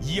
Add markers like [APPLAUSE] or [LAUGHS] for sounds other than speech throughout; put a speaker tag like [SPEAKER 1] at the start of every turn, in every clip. [SPEAKER 1] 以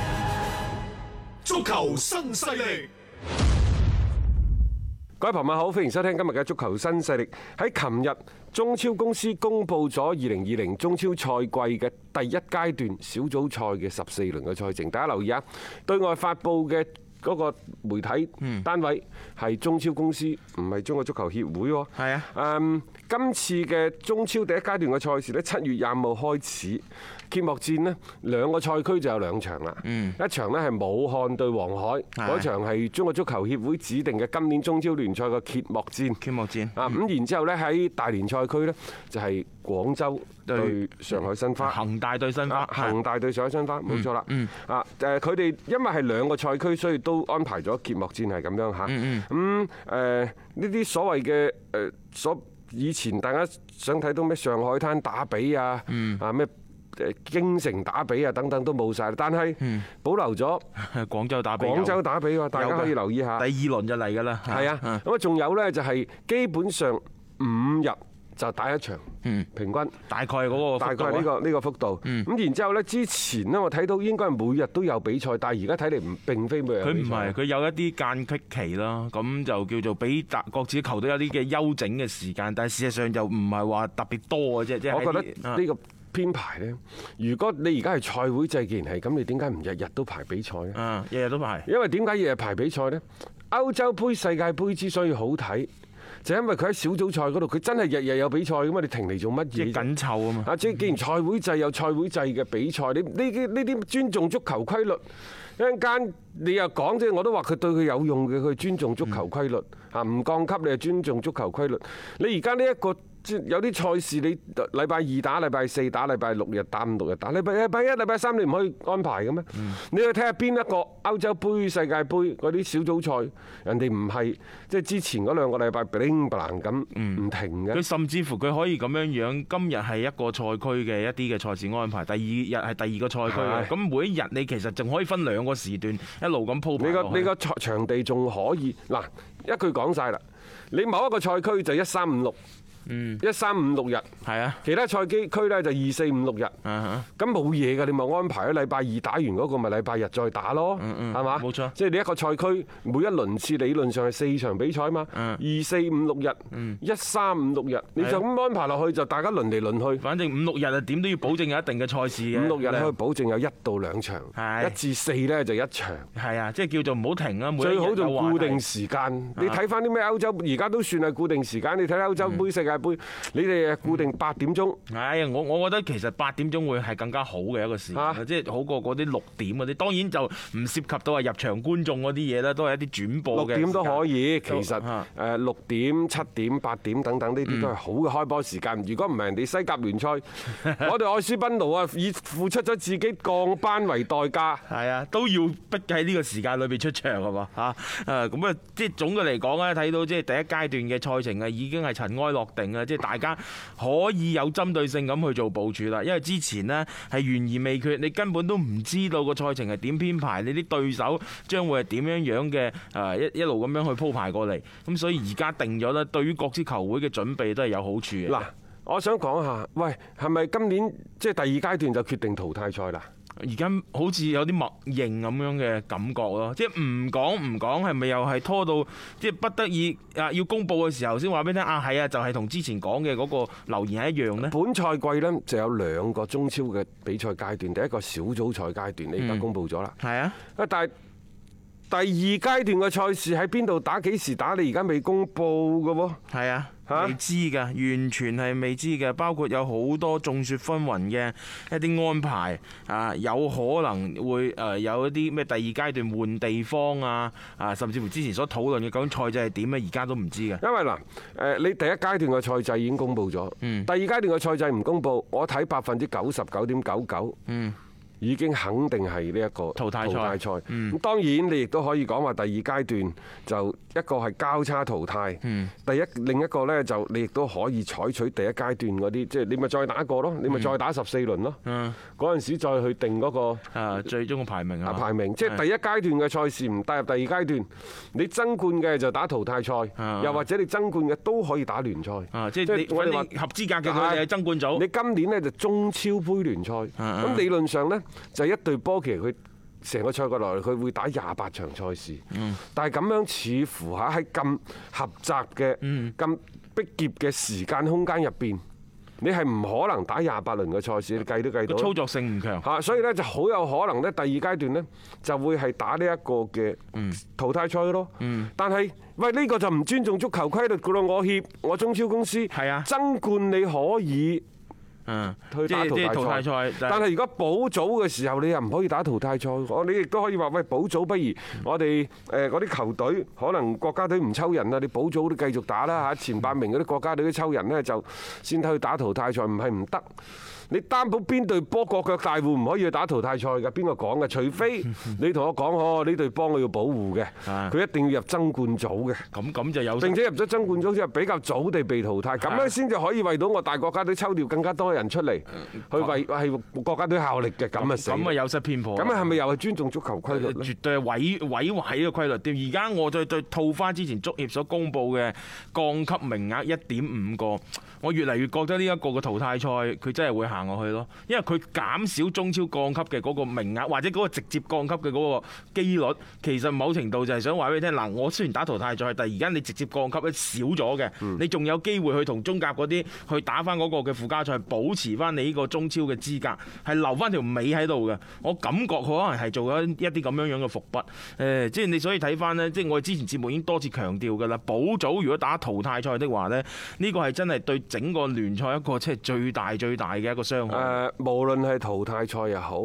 [SPEAKER 1] 足球新勢力，
[SPEAKER 2] 各位朋友好，歡迎收聽今日嘅足球新勢力。喺琴日，中超公司公布咗二零二零中超賽季嘅第一階段小組賽嘅十四輪嘅賽程，大家留意啊！對外發布嘅嗰個媒體單位係中超公司，唔係中國足球協會喎。嗯
[SPEAKER 3] 係啊
[SPEAKER 2] 誒，今次嘅中超第一階段嘅賽事呢，七月廿五號開始揭幕戰呢，兩個賽區就有兩場啦。一場呢係武漢對黃海，
[SPEAKER 3] 嗯係
[SPEAKER 2] 嗰場係中國足球協會指定嘅今年中超聯賽嘅揭幕戰。
[SPEAKER 3] 揭幕戰
[SPEAKER 2] 啊，咁然之後呢，喺大連賽區呢，就係廣州對上海申花。
[SPEAKER 3] 恒大對申花
[SPEAKER 2] 啊，，恒大對上海申
[SPEAKER 3] 嗯
[SPEAKER 2] 花，冇錯啦。啊，誒，佢哋因為係兩個賽區，所以都安排咗揭幕戰係咁樣嚇。
[SPEAKER 3] 嗯
[SPEAKER 2] 咁誒呢啲所謂嘅誒所以前大家想睇到咩上海灘打比啊，
[SPEAKER 3] 嗯
[SPEAKER 2] 啊咩誒京城打比啊等等都冇晒啦，但係保留咗
[SPEAKER 3] 嗯係 [LAUGHS] 廣州打比
[SPEAKER 2] 廣州
[SPEAKER 3] 有
[SPEAKER 2] 打比喎，大家可以留意下
[SPEAKER 3] 第。二輪就嚟㗎啦，
[SPEAKER 2] 係啊，咁啊仲有呢，就係基本上五日就打一場，
[SPEAKER 3] 嗯
[SPEAKER 2] 平均。
[SPEAKER 3] 大概嗰個
[SPEAKER 2] 大
[SPEAKER 3] 幅度
[SPEAKER 2] 概
[SPEAKER 3] 啊嗯
[SPEAKER 2] 呢個呢個幅度，咁然之後呢，之前呢，我睇到應該係每日都有比賽，但係而家睇嚟唔並非每日
[SPEAKER 3] 佢
[SPEAKER 2] 有比
[SPEAKER 3] 唔
[SPEAKER 2] 賽
[SPEAKER 3] 係，佢有一啲間隙期啦，咁就叫做俾達各自球隊有啲嘅休整嘅時間，但係事實上就唔係話特別多嘅啫，即係
[SPEAKER 2] 我覺
[SPEAKER 3] 喺啲啊
[SPEAKER 2] 得呢個編排呢，如果你而家係賽會制，既然係咁，你點解唔日日都排比賽呢？
[SPEAKER 3] 啊日日都排
[SPEAKER 2] 因為點解日日排比賽呢？歐洲杯、世界盃之所以好睇，就因為佢喺小組賽嗰度，佢真係日日有比賽㗎嘛，你停嚟做乜
[SPEAKER 3] 即係
[SPEAKER 2] 嘢啫？
[SPEAKER 3] 緊湊啊嘛，
[SPEAKER 2] 啊！即係既然賽會制有賽會制嘅比賽，你呢啲呢啲尊重足球規律，一陣間你又講即係我都話佢對佢有用嘅，佢尊重足球規律啊，唔降級你係尊重足球規律。你而家呢一個即係有啲賽事你禮拜二打、禮拜四打、禮拜六日打、五六日打，禮拜禮拜一、禮拜三你唔可以安排嘅咩？你去睇下邊一個歐洲杯、世界盃嗰啲小組賽，人哋唔係即係之前嗰兩個禮拜 bling bling 咁唔停嘅
[SPEAKER 3] 佢。甚至乎佢可以咁樣樣，今日係一個賽區嘅一啲嘅賽事安排，第二日係第二個賽區
[SPEAKER 2] 係
[SPEAKER 3] 嘅，咁每一日你其實仲可以分兩個時段一路咁鋪排
[SPEAKER 2] 你個
[SPEAKER 3] 落去
[SPEAKER 2] 你個場場地仲可以嗱，一句講晒啦。你某一個賽區就一三五六，
[SPEAKER 3] 嗯
[SPEAKER 2] 一三五六日，
[SPEAKER 3] 係啊
[SPEAKER 2] 其他賽機區呢就二四五六日。
[SPEAKER 3] 啊哈
[SPEAKER 2] 咁冇嘢㗎，你咪安排咗禮拜二打完嗰個，咪禮拜日再打咯，係嘛？
[SPEAKER 3] 嗯冇錯
[SPEAKER 2] 即係你一個賽區每一輪次理論上係四場比賽嘛，
[SPEAKER 3] 嗯
[SPEAKER 2] 二四五六日，一三五六日，你就咁安排落去就大家輪嚟輪去。
[SPEAKER 3] 反正五六日啊，點都要保證有一定嘅賽事嘅。
[SPEAKER 2] 五六日可以保證有一到兩場，
[SPEAKER 3] 係
[SPEAKER 2] 一至四呢就一場。
[SPEAKER 3] 係啊，即係叫做唔好停啊，每一日
[SPEAKER 2] 最好就
[SPEAKER 3] 有話題啊
[SPEAKER 2] 固定時間，你睇翻啲咩歐洲，而家都算係固定時間。你睇歐洲杯、世界盃，你哋係固
[SPEAKER 3] 嗯
[SPEAKER 2] 定八點鐘，
[SPEAKER 3] 哎呀，我我覺得其實八點鐘會係更加好嘅一個時間，
[SPEAKER 2] 啊
[SPEAKER 3] 即係好過嗰啲六點嗰啲。當然就唔涉及到係入場觀眾嗰啲嘢啦，都係一啲轉播
[SPEAKER 2] 六
[SPEAKER 3] 嘅。
[SPEAKER 2] 點都可
[SPEAKER 3] 以。
[SPEAKER 2] 以。其實
[SPEAKER 3] 啊嗯
[SPEAKER 2] 誒六點、七點、八點等等呢啲都係好嘅開波時間。如果唔係人哋西甲聯賽，
[SPEAKER 3] [LAUGHS]
[SPEAKER 2] 我哋愛斯賓奴啊，以付出咗自己降班為代價。
[SPEAKER 3] 係啊，都要逼喺呢個時間裏邊出場係嘛嚇？誒咁啊，即係總嘅嚟講咧，睇到即係第一階段嘅賽程啊，已經係塵埃落定啊，即係大家可以有針對性咁去做部署啦。因為之前呢係懸而未決，你根本都唔知道個賽程係點編排，你啲對手將會係點樣樣嘅啊誒一一路咁樣去鋪排過嚟。咁所以而家定咗咧，對於各支球會嘅準備都係啊有好處嘅。
[SPEAKER 2] 嗱，我想講下，喂，係咪今年即係第二階段就決定淘汰賽啦？
[SPEAKER 3] 而家好似有啲默認咁樣嘅感覺咯，即係唔講唔講，係咪又係拖到即係不得已啊要公佈嘅時候先話俾你聽啊？係啊，就係同之前講嘅嗰個留言係一樣呢。 [LAUGHS]
[SPEAKER 2] 本賽季呢，就有兩個中超
[SPEAKER 3] 嗯
[SPEAKER 2] 嘅比賽階段，第一個小組賽階段，你而家公布咗啦。
[SPEAKER 3] 係啊，
[SPEAKER 2] 啊，但係第二階段嘅賽事喺邊度打、幾時打，你而家未公佈嘅喎。
[SPEAKER 3] 係啊，
[SPEAKER 2] 嚇
[SPEAKER 3] 未知㗎，完全係未知嘅。包括有好多眾說紛紜嘅一啲安排啊，有可能會誒有一啲咩第二階段換地方啊，啊，甚至乎之前所討論嘅究竟賽制係點啊，而家都唔知嘅。
[SPEAKER 2] 因為嗱，誒你第一階段嘅賽制已經公布咗，
[SPEAKER 3] 嗯
[SPEAKER 2] 第二階段嘅賽制唔公布，我睇百分之九十九點九九，已經肯定係呢一個
[SPEAKER 3] 嗯淘汰賽嗯
[SPEAKER 2] 淘汰賽。咁當然你亦都可以講話第二階段就一個係交叉淘汰，
[SPEAKER 3] 嗯
[SPEAKER 2] 第一另一個呢，就你亦都可以採取第一階段嗰啲，即係你咪再打過咯，你咪
[SPEAKER 3] 嗯
[SPEAKER 2] 再打十四輪咯，嗰陣時再去定嗰個。
[SPEAKER 3] 誒，最終嘅排名
[SPEAKER 2] 啊
[SPEAKER 3] 啊，
[SPEAKER 2] 排名，即係第一階段嘅賽事唔帶入第二階段，你爭冠嘅就打淘汰賽
[SPEAKER 3] 啊，
[SPEAKER 2] 又或者你爭冠嘅都可以打聯賽。
[SPEAKER 3] 啊，即係你
[SPEAKER 2] 我
[SPEAKER 3] 反
[SPEAKER 2] 哋
[SPEAKER 3] 正
[SPEAKER 2] 話啊
[SPEAKER 3] 合資格嘅佢哋係爭冠組
[SPEAKER 2] 你。今年呢就中超杯聯賽，
[SPEAKER 3] 啊
[SPEAKER 2] 咁理論上呢，就一隊波其實佢。成個賽季落嚟，佢會打廿八場賽事，
[SPEAKER 3] 嗯
[SPEAKER 2] 但係咁樣似乎嚇喺咁狹窄
[SPEAKER 3] 嗯
[SPEAKER 2] 嘅、咁逼仄嘅時間空間入邊，你係唔可能打廿八輪嘅賽事，你計都計
[SPEAKER 3] 個
[SPEAKER 2] 到。
[SPEAKER 3] 操作性唔強，
[SPEAKER 2] 嚇，啊所以咧就好有可能咧，第二階段咧就會係打呢一個嘅
[SPEAKER 3] 嗯
[SPEAKER 2] 淘汰賽咯。但係喂，呢個就唔尊重足球規律噶咯，我協我中超公司
[SPEAKER 3] 係啊
[SPEAKER 2] 爭冠你可以，
[SPEAKER 3] 嗯，
[SPEAKER 2] 去
[SPEAKER 3] 即
[SPEAKER 2] 打
[SPEAKER 3] 係即係淘
[SPEAKER 2] 淘
[SPEAKER 3] 汰
[SPEAKER 2] 汰
[SPEAKER 3] 賽，
[SPEAKER 2] 但係如果補組嘅時候你又唔可以打淘汰賽，我你亦都可以話喂補組不
[SPEAKER 3] 嗯
[SPEAKER 2] 如我哋誒嗰啲球隊可能國家隊唔抽人啊，你補組都繼續打
[SPEAKER 3] 嗯
[SPEAKER 2] 啦嚇，前八名嗰啲國家隊都抽人呢，就先去打淘汰賽，唔係唔得。你擔保邊隊波國腳大戶唔可以去打淘汰賽㗎？邊個講㗎？除
[SPEAKER 3] [LAUGHS]
[SPEAKER 2] 非你同我講，哦，呢隊波我要保護嘅，
[SPEAKER 3] 啊
[SPEAKER 2] 佢一定要入爭冠組嘅，
[SPEAKER 3] 咁咁就有
[SPEAKER 2] 並且入咗爭冠組之後比較早地被淘汰，咁
[SPEAKER 3] 啊
[SPEAKER 2] 樣先至可以為到我大國家隊抽調更加多人出嚟，去為係國家隊效力嘅，咁啊死！
[SPEAKER 3] 咁啊有失偏頗。
[SPEAKER 2] 咁啊係咪又係尊重足球規律咧？
[SPEAKER 3] 絕對係毀毀壞呢個規律添。而家我再對套翻之前足協所公布嘅降級名額一點五個，我越嚟越覺得呢一個嘅淘汰賽佢真係會行落去咯，因為佢減少中超降級嘅嗰個名額，或者嗰個直接降級嘅嗰個機率，其實某程度就係想話俾你聽，嗱，我雖然打淘汰賽，但係而家你直接降級咧少咗嘅，你仲有機會去同中甲嗰啲去打翻嗰個嘅附加賽，保持翻你呢個中超嘅資格，係留翻條尾喺度嘅。我感覺佢可能係做咗一啲咁樣樣嘅伏筆。誒，即係你所以睇翻呢，即係我哋之前節目已經多次強調㗎啦，保組如果打淘汰賽的話呢，呢個係真係對整個聯賽一個即係最大最大嘅一個傷害。
[SPEAKER 2] 誒，無論係淘汰賽又好，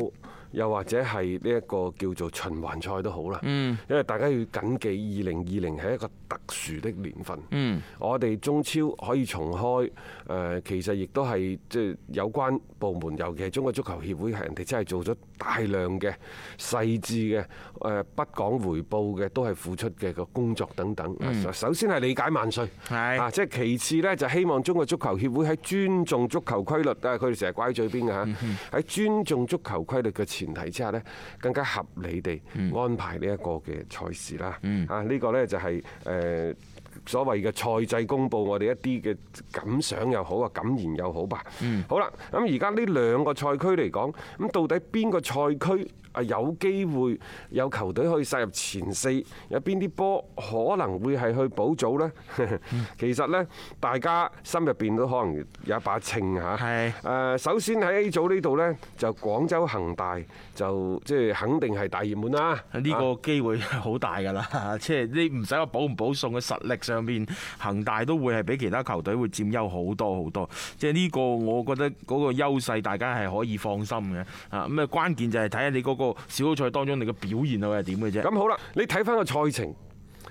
[SPEAKER 2] 又或者係呢一個叫做循環賽都好啦。嗯，因為大家要謹記，二零二零係一個特殊的年份。嗯，我哋中超可以重開，誒，其實亦都係即係有關部門，尤其係中國足球協會，係人哋真係做咗大量嘅細緻嘅誒，不講回報嘅，都係付出嘅個工作等等。首先係理解萬歲。
[SPEAKER 3] 係
[SPEAKER 2] 啊，即係其次呢，就希望中國足球協會喺尊重足球規律啊，佢哋成日掛喺嘴邊嘅嚇，喺尊重足球規律嘅前提之下呢，更加合理地安排呢一個嘅賽事啦。啊，呢個呢，就係誒。所謂嘅賽制公佈，我哋一啲嘅感想又好啊，感言又好吧。好啦，咁而家呢兩個賽區嚟講，咁到底邊個賽區啊有機會有球隊可以殺入前四？有邊啲波可能會係去補組呢？
[SPEAKER 3] 嗯
[SPEAKER 2] [LAUGHS] 其實呢，大家心入邊都可能有一把秤嚇。
[SPEAKER 3] 係
[SPEAKER 2] 誒，首先喺 A 組呢度呢，就廣州恒大就即係肯定係大熱門啦。
[SPEAKER 3] 啊
[SPEAKER 2] 啊
[SPEAKER 3] 呢個機會 [LAUGHS] 好大㗎啦， [LAUGHS] 即係你唔使話保唔保送嘅實力上面，恒大都會係比其他球隊會佔優好多好多。即係呢個我覺得嗰個優勢大家係可以放心嘅。啊，咁啊關鍵就係睇下你嗰個小組賽當中你嘅表現係點嘅啫。
[SPEAKER 2] 咁好啦，你睇翻個賽程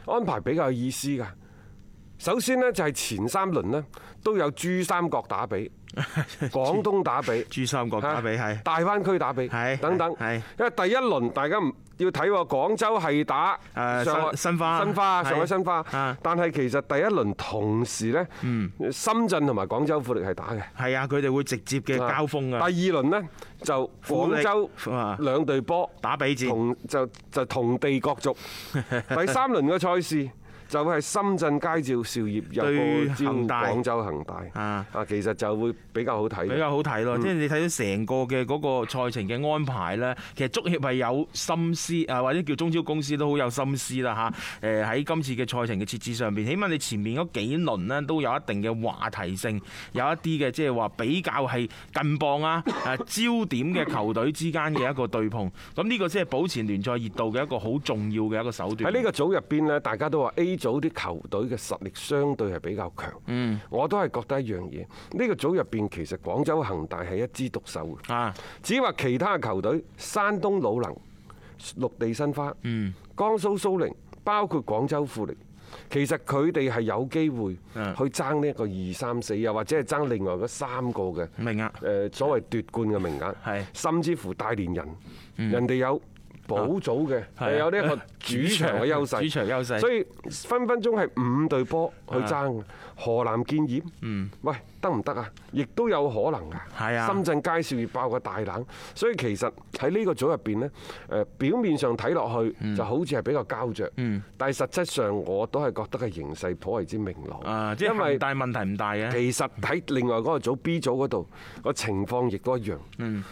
[SPEAKER 2] 安排比較有意思㗎。首先呢，就係前三輪呢都有珠三角打
[SPEAKER 3] [LAUGHS]
[SPEAKER 2] 比、廣東打比、
[SPEAKER 3] 珠三角打比係
[SPEAKER 2] 大灣區打比
[SPEAKER 3] 係
[SPEAKER 2] 等等。
[SPEAKER 3] 係
[SPEAKER 2] 因為第一輪大家唔要睇喎，廣州係打
[SPEAKER 3] 誒
[SPEAKER 2] 上海
[SPEAKER 3] 申申花
[SPEAKER 2] 申花
[SPEAKER 3] 係
[SPEAKER 2] 上海申花
[SPEAKER 3] 啊。嗯
[SPEAKER 2] 但係其實第一輪同時呢，深圳同埋廣州富力係打嘅。
[SPEAKER 3] 係啊，佢哋會直接嘅交鋒
[SPEAKER 2] 第
[SPEAKER 3] 啊，
[SPEAKER 2] 二輪呢，就
[SPEAKER 3] 富
[SPEAKER 2] 廣
[SPEAKER 3] 力
[SPEAKER 2] 州
[SPEAKER 3] 啊
[SPEAKER 2] 兩隊波
[SPEAKER 3] 打比戰 [LAUGHS]
[SPEAKER 2] 同就就同地角逐。第三輪嘅賽事就係深圳佳兆兆業有
[SPEAKER 3] 對
[SPEAKER 2] 個招
[SPEAKER 3] 恒大
[SPEAKER 2] 廣州恒大
[SPEAKER 3] 啊
[SPEAKER 2] 啊，其實就會比較好睇嗯
[SPEAKER 3] 比
[SPEAKER 2] 嘅。
[SPEAKER 3] 較好睇咯，即係你睇到成個嘅嗰個賽程嘅安排咧，其實足協係有心思啊，或者叫中超公司都好有心思啦吓，誒喺今次嘅賽程嘅設置上邊，起碼你前面嗰幾輪呢都有一定嘅話題性，有一啲嘅即係話比較係近磅啊、
[SPEAKER 2] [LAUGHS]
[SPEAKER 3] 誒焦點嘅球隊之間嘅一個對碰，咁呢個先係保持聯賽熱度嘅一個好重要嘅一個手段。
[SPEAKER 2] 喺呢個組入邊呢，大家都話 A 組啲球隊嘅實力相對係比較強。嗯，我都係覺得一樣嘢，呢個組入邊其實廣州恒大係一枝獨秀嘅。
[SPEAKER 3] 啊，
[SPEAKER 2] 只話其他球隊，山東魯能、綠地申花、
[SPEAKER 3] 嗯
[SPEAKER 2] 江蘇蘇寧，包括廣州富力，其實佢哋係有機會
[SPEAKER 3] 嗯
[SPEAKER 2] 去爭呢一個二三四，又或者係爭另外嗰三個嘅
[SPEAKER 3] 明啊
[SPEAKER 2] 誒所謂奪冠嘅名
[SPEAKER 3] 係嗯
[SPEAKER 2] 額，甚至乎大連人，人哋有。保組嘅
[SPEAKER 3] 係啊
[SPEAKER 2] 係有呢一個主場嘅優勢，
[SPEAKER 3] [LAUGHS] 主場優勢
[SPEAKER 2] 所以分分鐘係五隊波去
[SPEAKER 3] 啊
[SPEAKER 2] 爭嘅。河南建業，喂得唔得啊？亦都有可能㗎。
[SPEAKER 3] 嗯係啊
[SPEAKER 2] 深圳佳兆業爆個大冷，所以其實喺呢個組入邊呢，誒表面上睇落去
[SPEAKER 3] 嗯
[SPEAKER 2] 就好似係比較膠着，但係實質上我都係覺得係形勢頗為之明朗，
[SPEAKER 3] 啊，即
[SPEAKER 2] 因
[SPEAKER 3] 係
[SPEAKER 2] 為
[SPEAKER 3] 恒大問題唔大嘅。
[SPEAKER 2] 其實喺另外嗰個組 B 組嗰度個情況亦都一樣。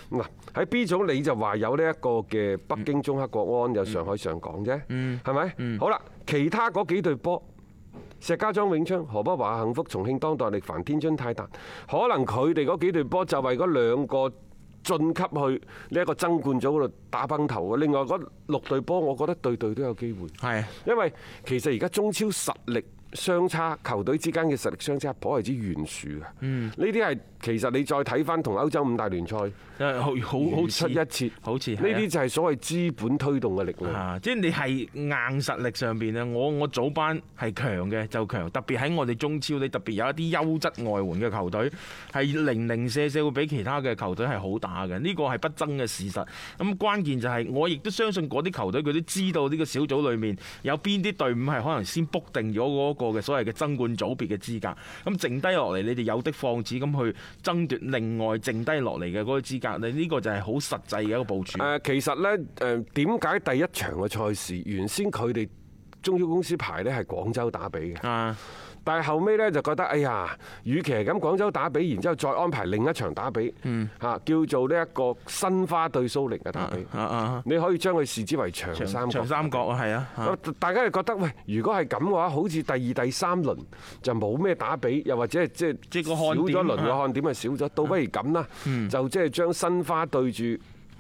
[SPEAKER 2] 嗱喺 B 組你就話有呢一個嘅北京中赫國安有上海上港啫，係咪？好啦，其他嗰幾隊波。石家莊永昌、河北華夏幸福、重慶當代力帆、天津泰達，可能佢哋嗰幾隊波就為嗰兩個晉級去呢一個爭冠組嗰度打崩頭嘅。另外嗰六隊波，我覺得隊隊都有機會。
[SPEAKER 3] 係
[SPEAKER 2] 因為其實而家中超實力相差，球隊之間嘅實力相差頗為之懸殊嘅。
[SPEAKER 3] 嗯
[SPEAKER 2] 呢啲係其實你再睇翻同歐洲五大聯賽
[SPEAKER 3] 因啊為好好好
[SPEAKER 2] 如
[SPEAKER 3] 似
[SPEAKER 2] 出一轍，
[SPEAKER 3] 好似係
[SPEAKER 2] 呢
[SPEAKER 3] 啊
[SPEAKER 2] 啲就係所謂資本推動嘅力量。
[SPEAKER 3] 啊！即係你係硬實力上邊咧，我我組班係強嘅就強，特別喺我哋中超，你特別有一啲優質外援嘅球隊係零零舍舍會比其他嘅球隊係好打嘅，呢個係不爭嘅事實。咁關鍵就係我亦都相信嗰啲球隊佢都知道呢個小組裡面有邊啲隊伍係可能先 book 定咗嗰個嘅所謂嘅爭冠組別嘅資格，咁剩低落嚟你哋有的放矢咁去爭奪另外剩低落嚟嘅嗰個資格，你呢個就係好實際嘅一個部署。
[SPEAKER 2] 誒，呃其實呢，誒點解第一場嘅賽事原先佢哋中超公司排呢係廣州打比嘅？
[SPEAKER 3] 啊！
[SPEAKER 2] 但係後尾呢，就覺得，哎呀，與其係咁廣州打比，然之後再安排另一場打比，嚇、叫做呢一個申花對蘇寧嘅打比，
[SPEAKER 3] 嗯啊啊！
[SPEAKER 2] 你可以將佢視之為長
[SPEAKER 3] 長
[SPEAKER 2] 三角
[SPEAKER 3] 長三角啊，係啊，啊
[SPEAKER 2] 咁大家就覺得喂，如果係咁嘅話，好似第二、第三輪就冇咩打比，又或者係即係
[SPEAKER 3] 即係個
[SPEAKER 2] 少
[SPEAKER 3] 看
[SPEAKER 2] 咗
[SPEAKER 3] 點
[SPEAKER 2] 輪嘅
[SPEAKER 3] 啊嗯
[SPEAKER 2] 看點係少咗，倒不如咁啦，就即係將申花對住。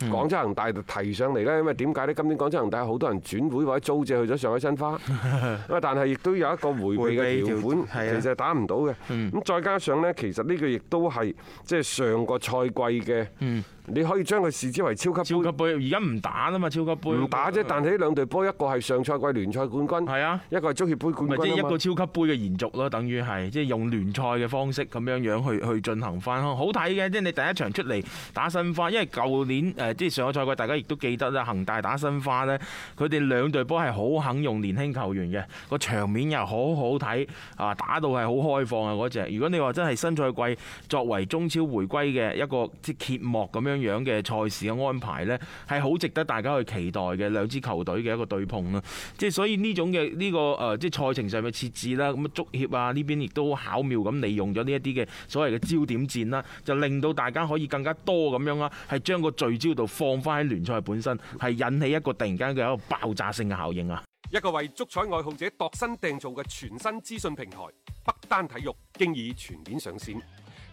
[SPEAKER 2] 廣州恒大就提上嚟啦，因為點解呢？今年廣州恒大有好多人轉會或者租借去咗上海申
[SPEAKER 3] [LAUGHS]
[SPEAKER 2] 花，咁啊但係亦都有一個回避嘅條
[SPEAKER 3] 回避條
[SPEAKER 2] 款，
[SPEAKER 3] 係啊嗯
[SPEAKER 2] 其實係打唔到嘅。咁再加上呢，其實呢個亦都係即係上個賽季嘅，你可以將佢視之為超級
[SPEAKER 3] 嗯超
[SPEAKER 2] 杯
[SPEAKER 3] 級杯而家唔打啦嘛，超級杯
[SPEAKER 2] 唔打啫，但係呢兩隊波一個係上賽季聯賽冠軍，
[SPEAKER 3] 係啊
[SPEAKER 2] 一個係足協杯冠
[SPEAKER 3] 咪即係
[SPEAKER 2] 軍
[SPEAKER 3] 一
[SPEAKER 2] 啊嘛
[SPEAKER 3] 個超級杯嘅延續咯，等於係即係用聯賽嘅方式咁樣樣去去進行翻，好睇嘅。即係你第一場出嚟打申花，因為舊年誒即係上個賽季大家亦都記得啦，恒大打申花呢，佢哋兩隊波係好肯用年輕球員嘅，個場面又好好睇啊，打到係好開放啊嗰只。如果你話真係新賽季作為中超回歸嘅一個即係揭幕咁樣樣嘅賽事嘅安排呢，係好值得大家去期待嘅兩支球隊嘅一個對碰啦。即係所以呢種嘅呢個誒，即係賽程上嘅設置啦，咁啊足協啊呢邊亦都巧妙咁利用咗呢一啲嘅所謂嘅焦點戰啦，就令到大家可以更加多咁樣啦，係將個聚焦度放翻喺聯賽本身，係引起一個突然間嘅一個爆炸性嘅效應啊！
[SPEAKER 2] 一個為足彩愛好者度身訂造嘅全新資訊平台北單體育，經已全面上線。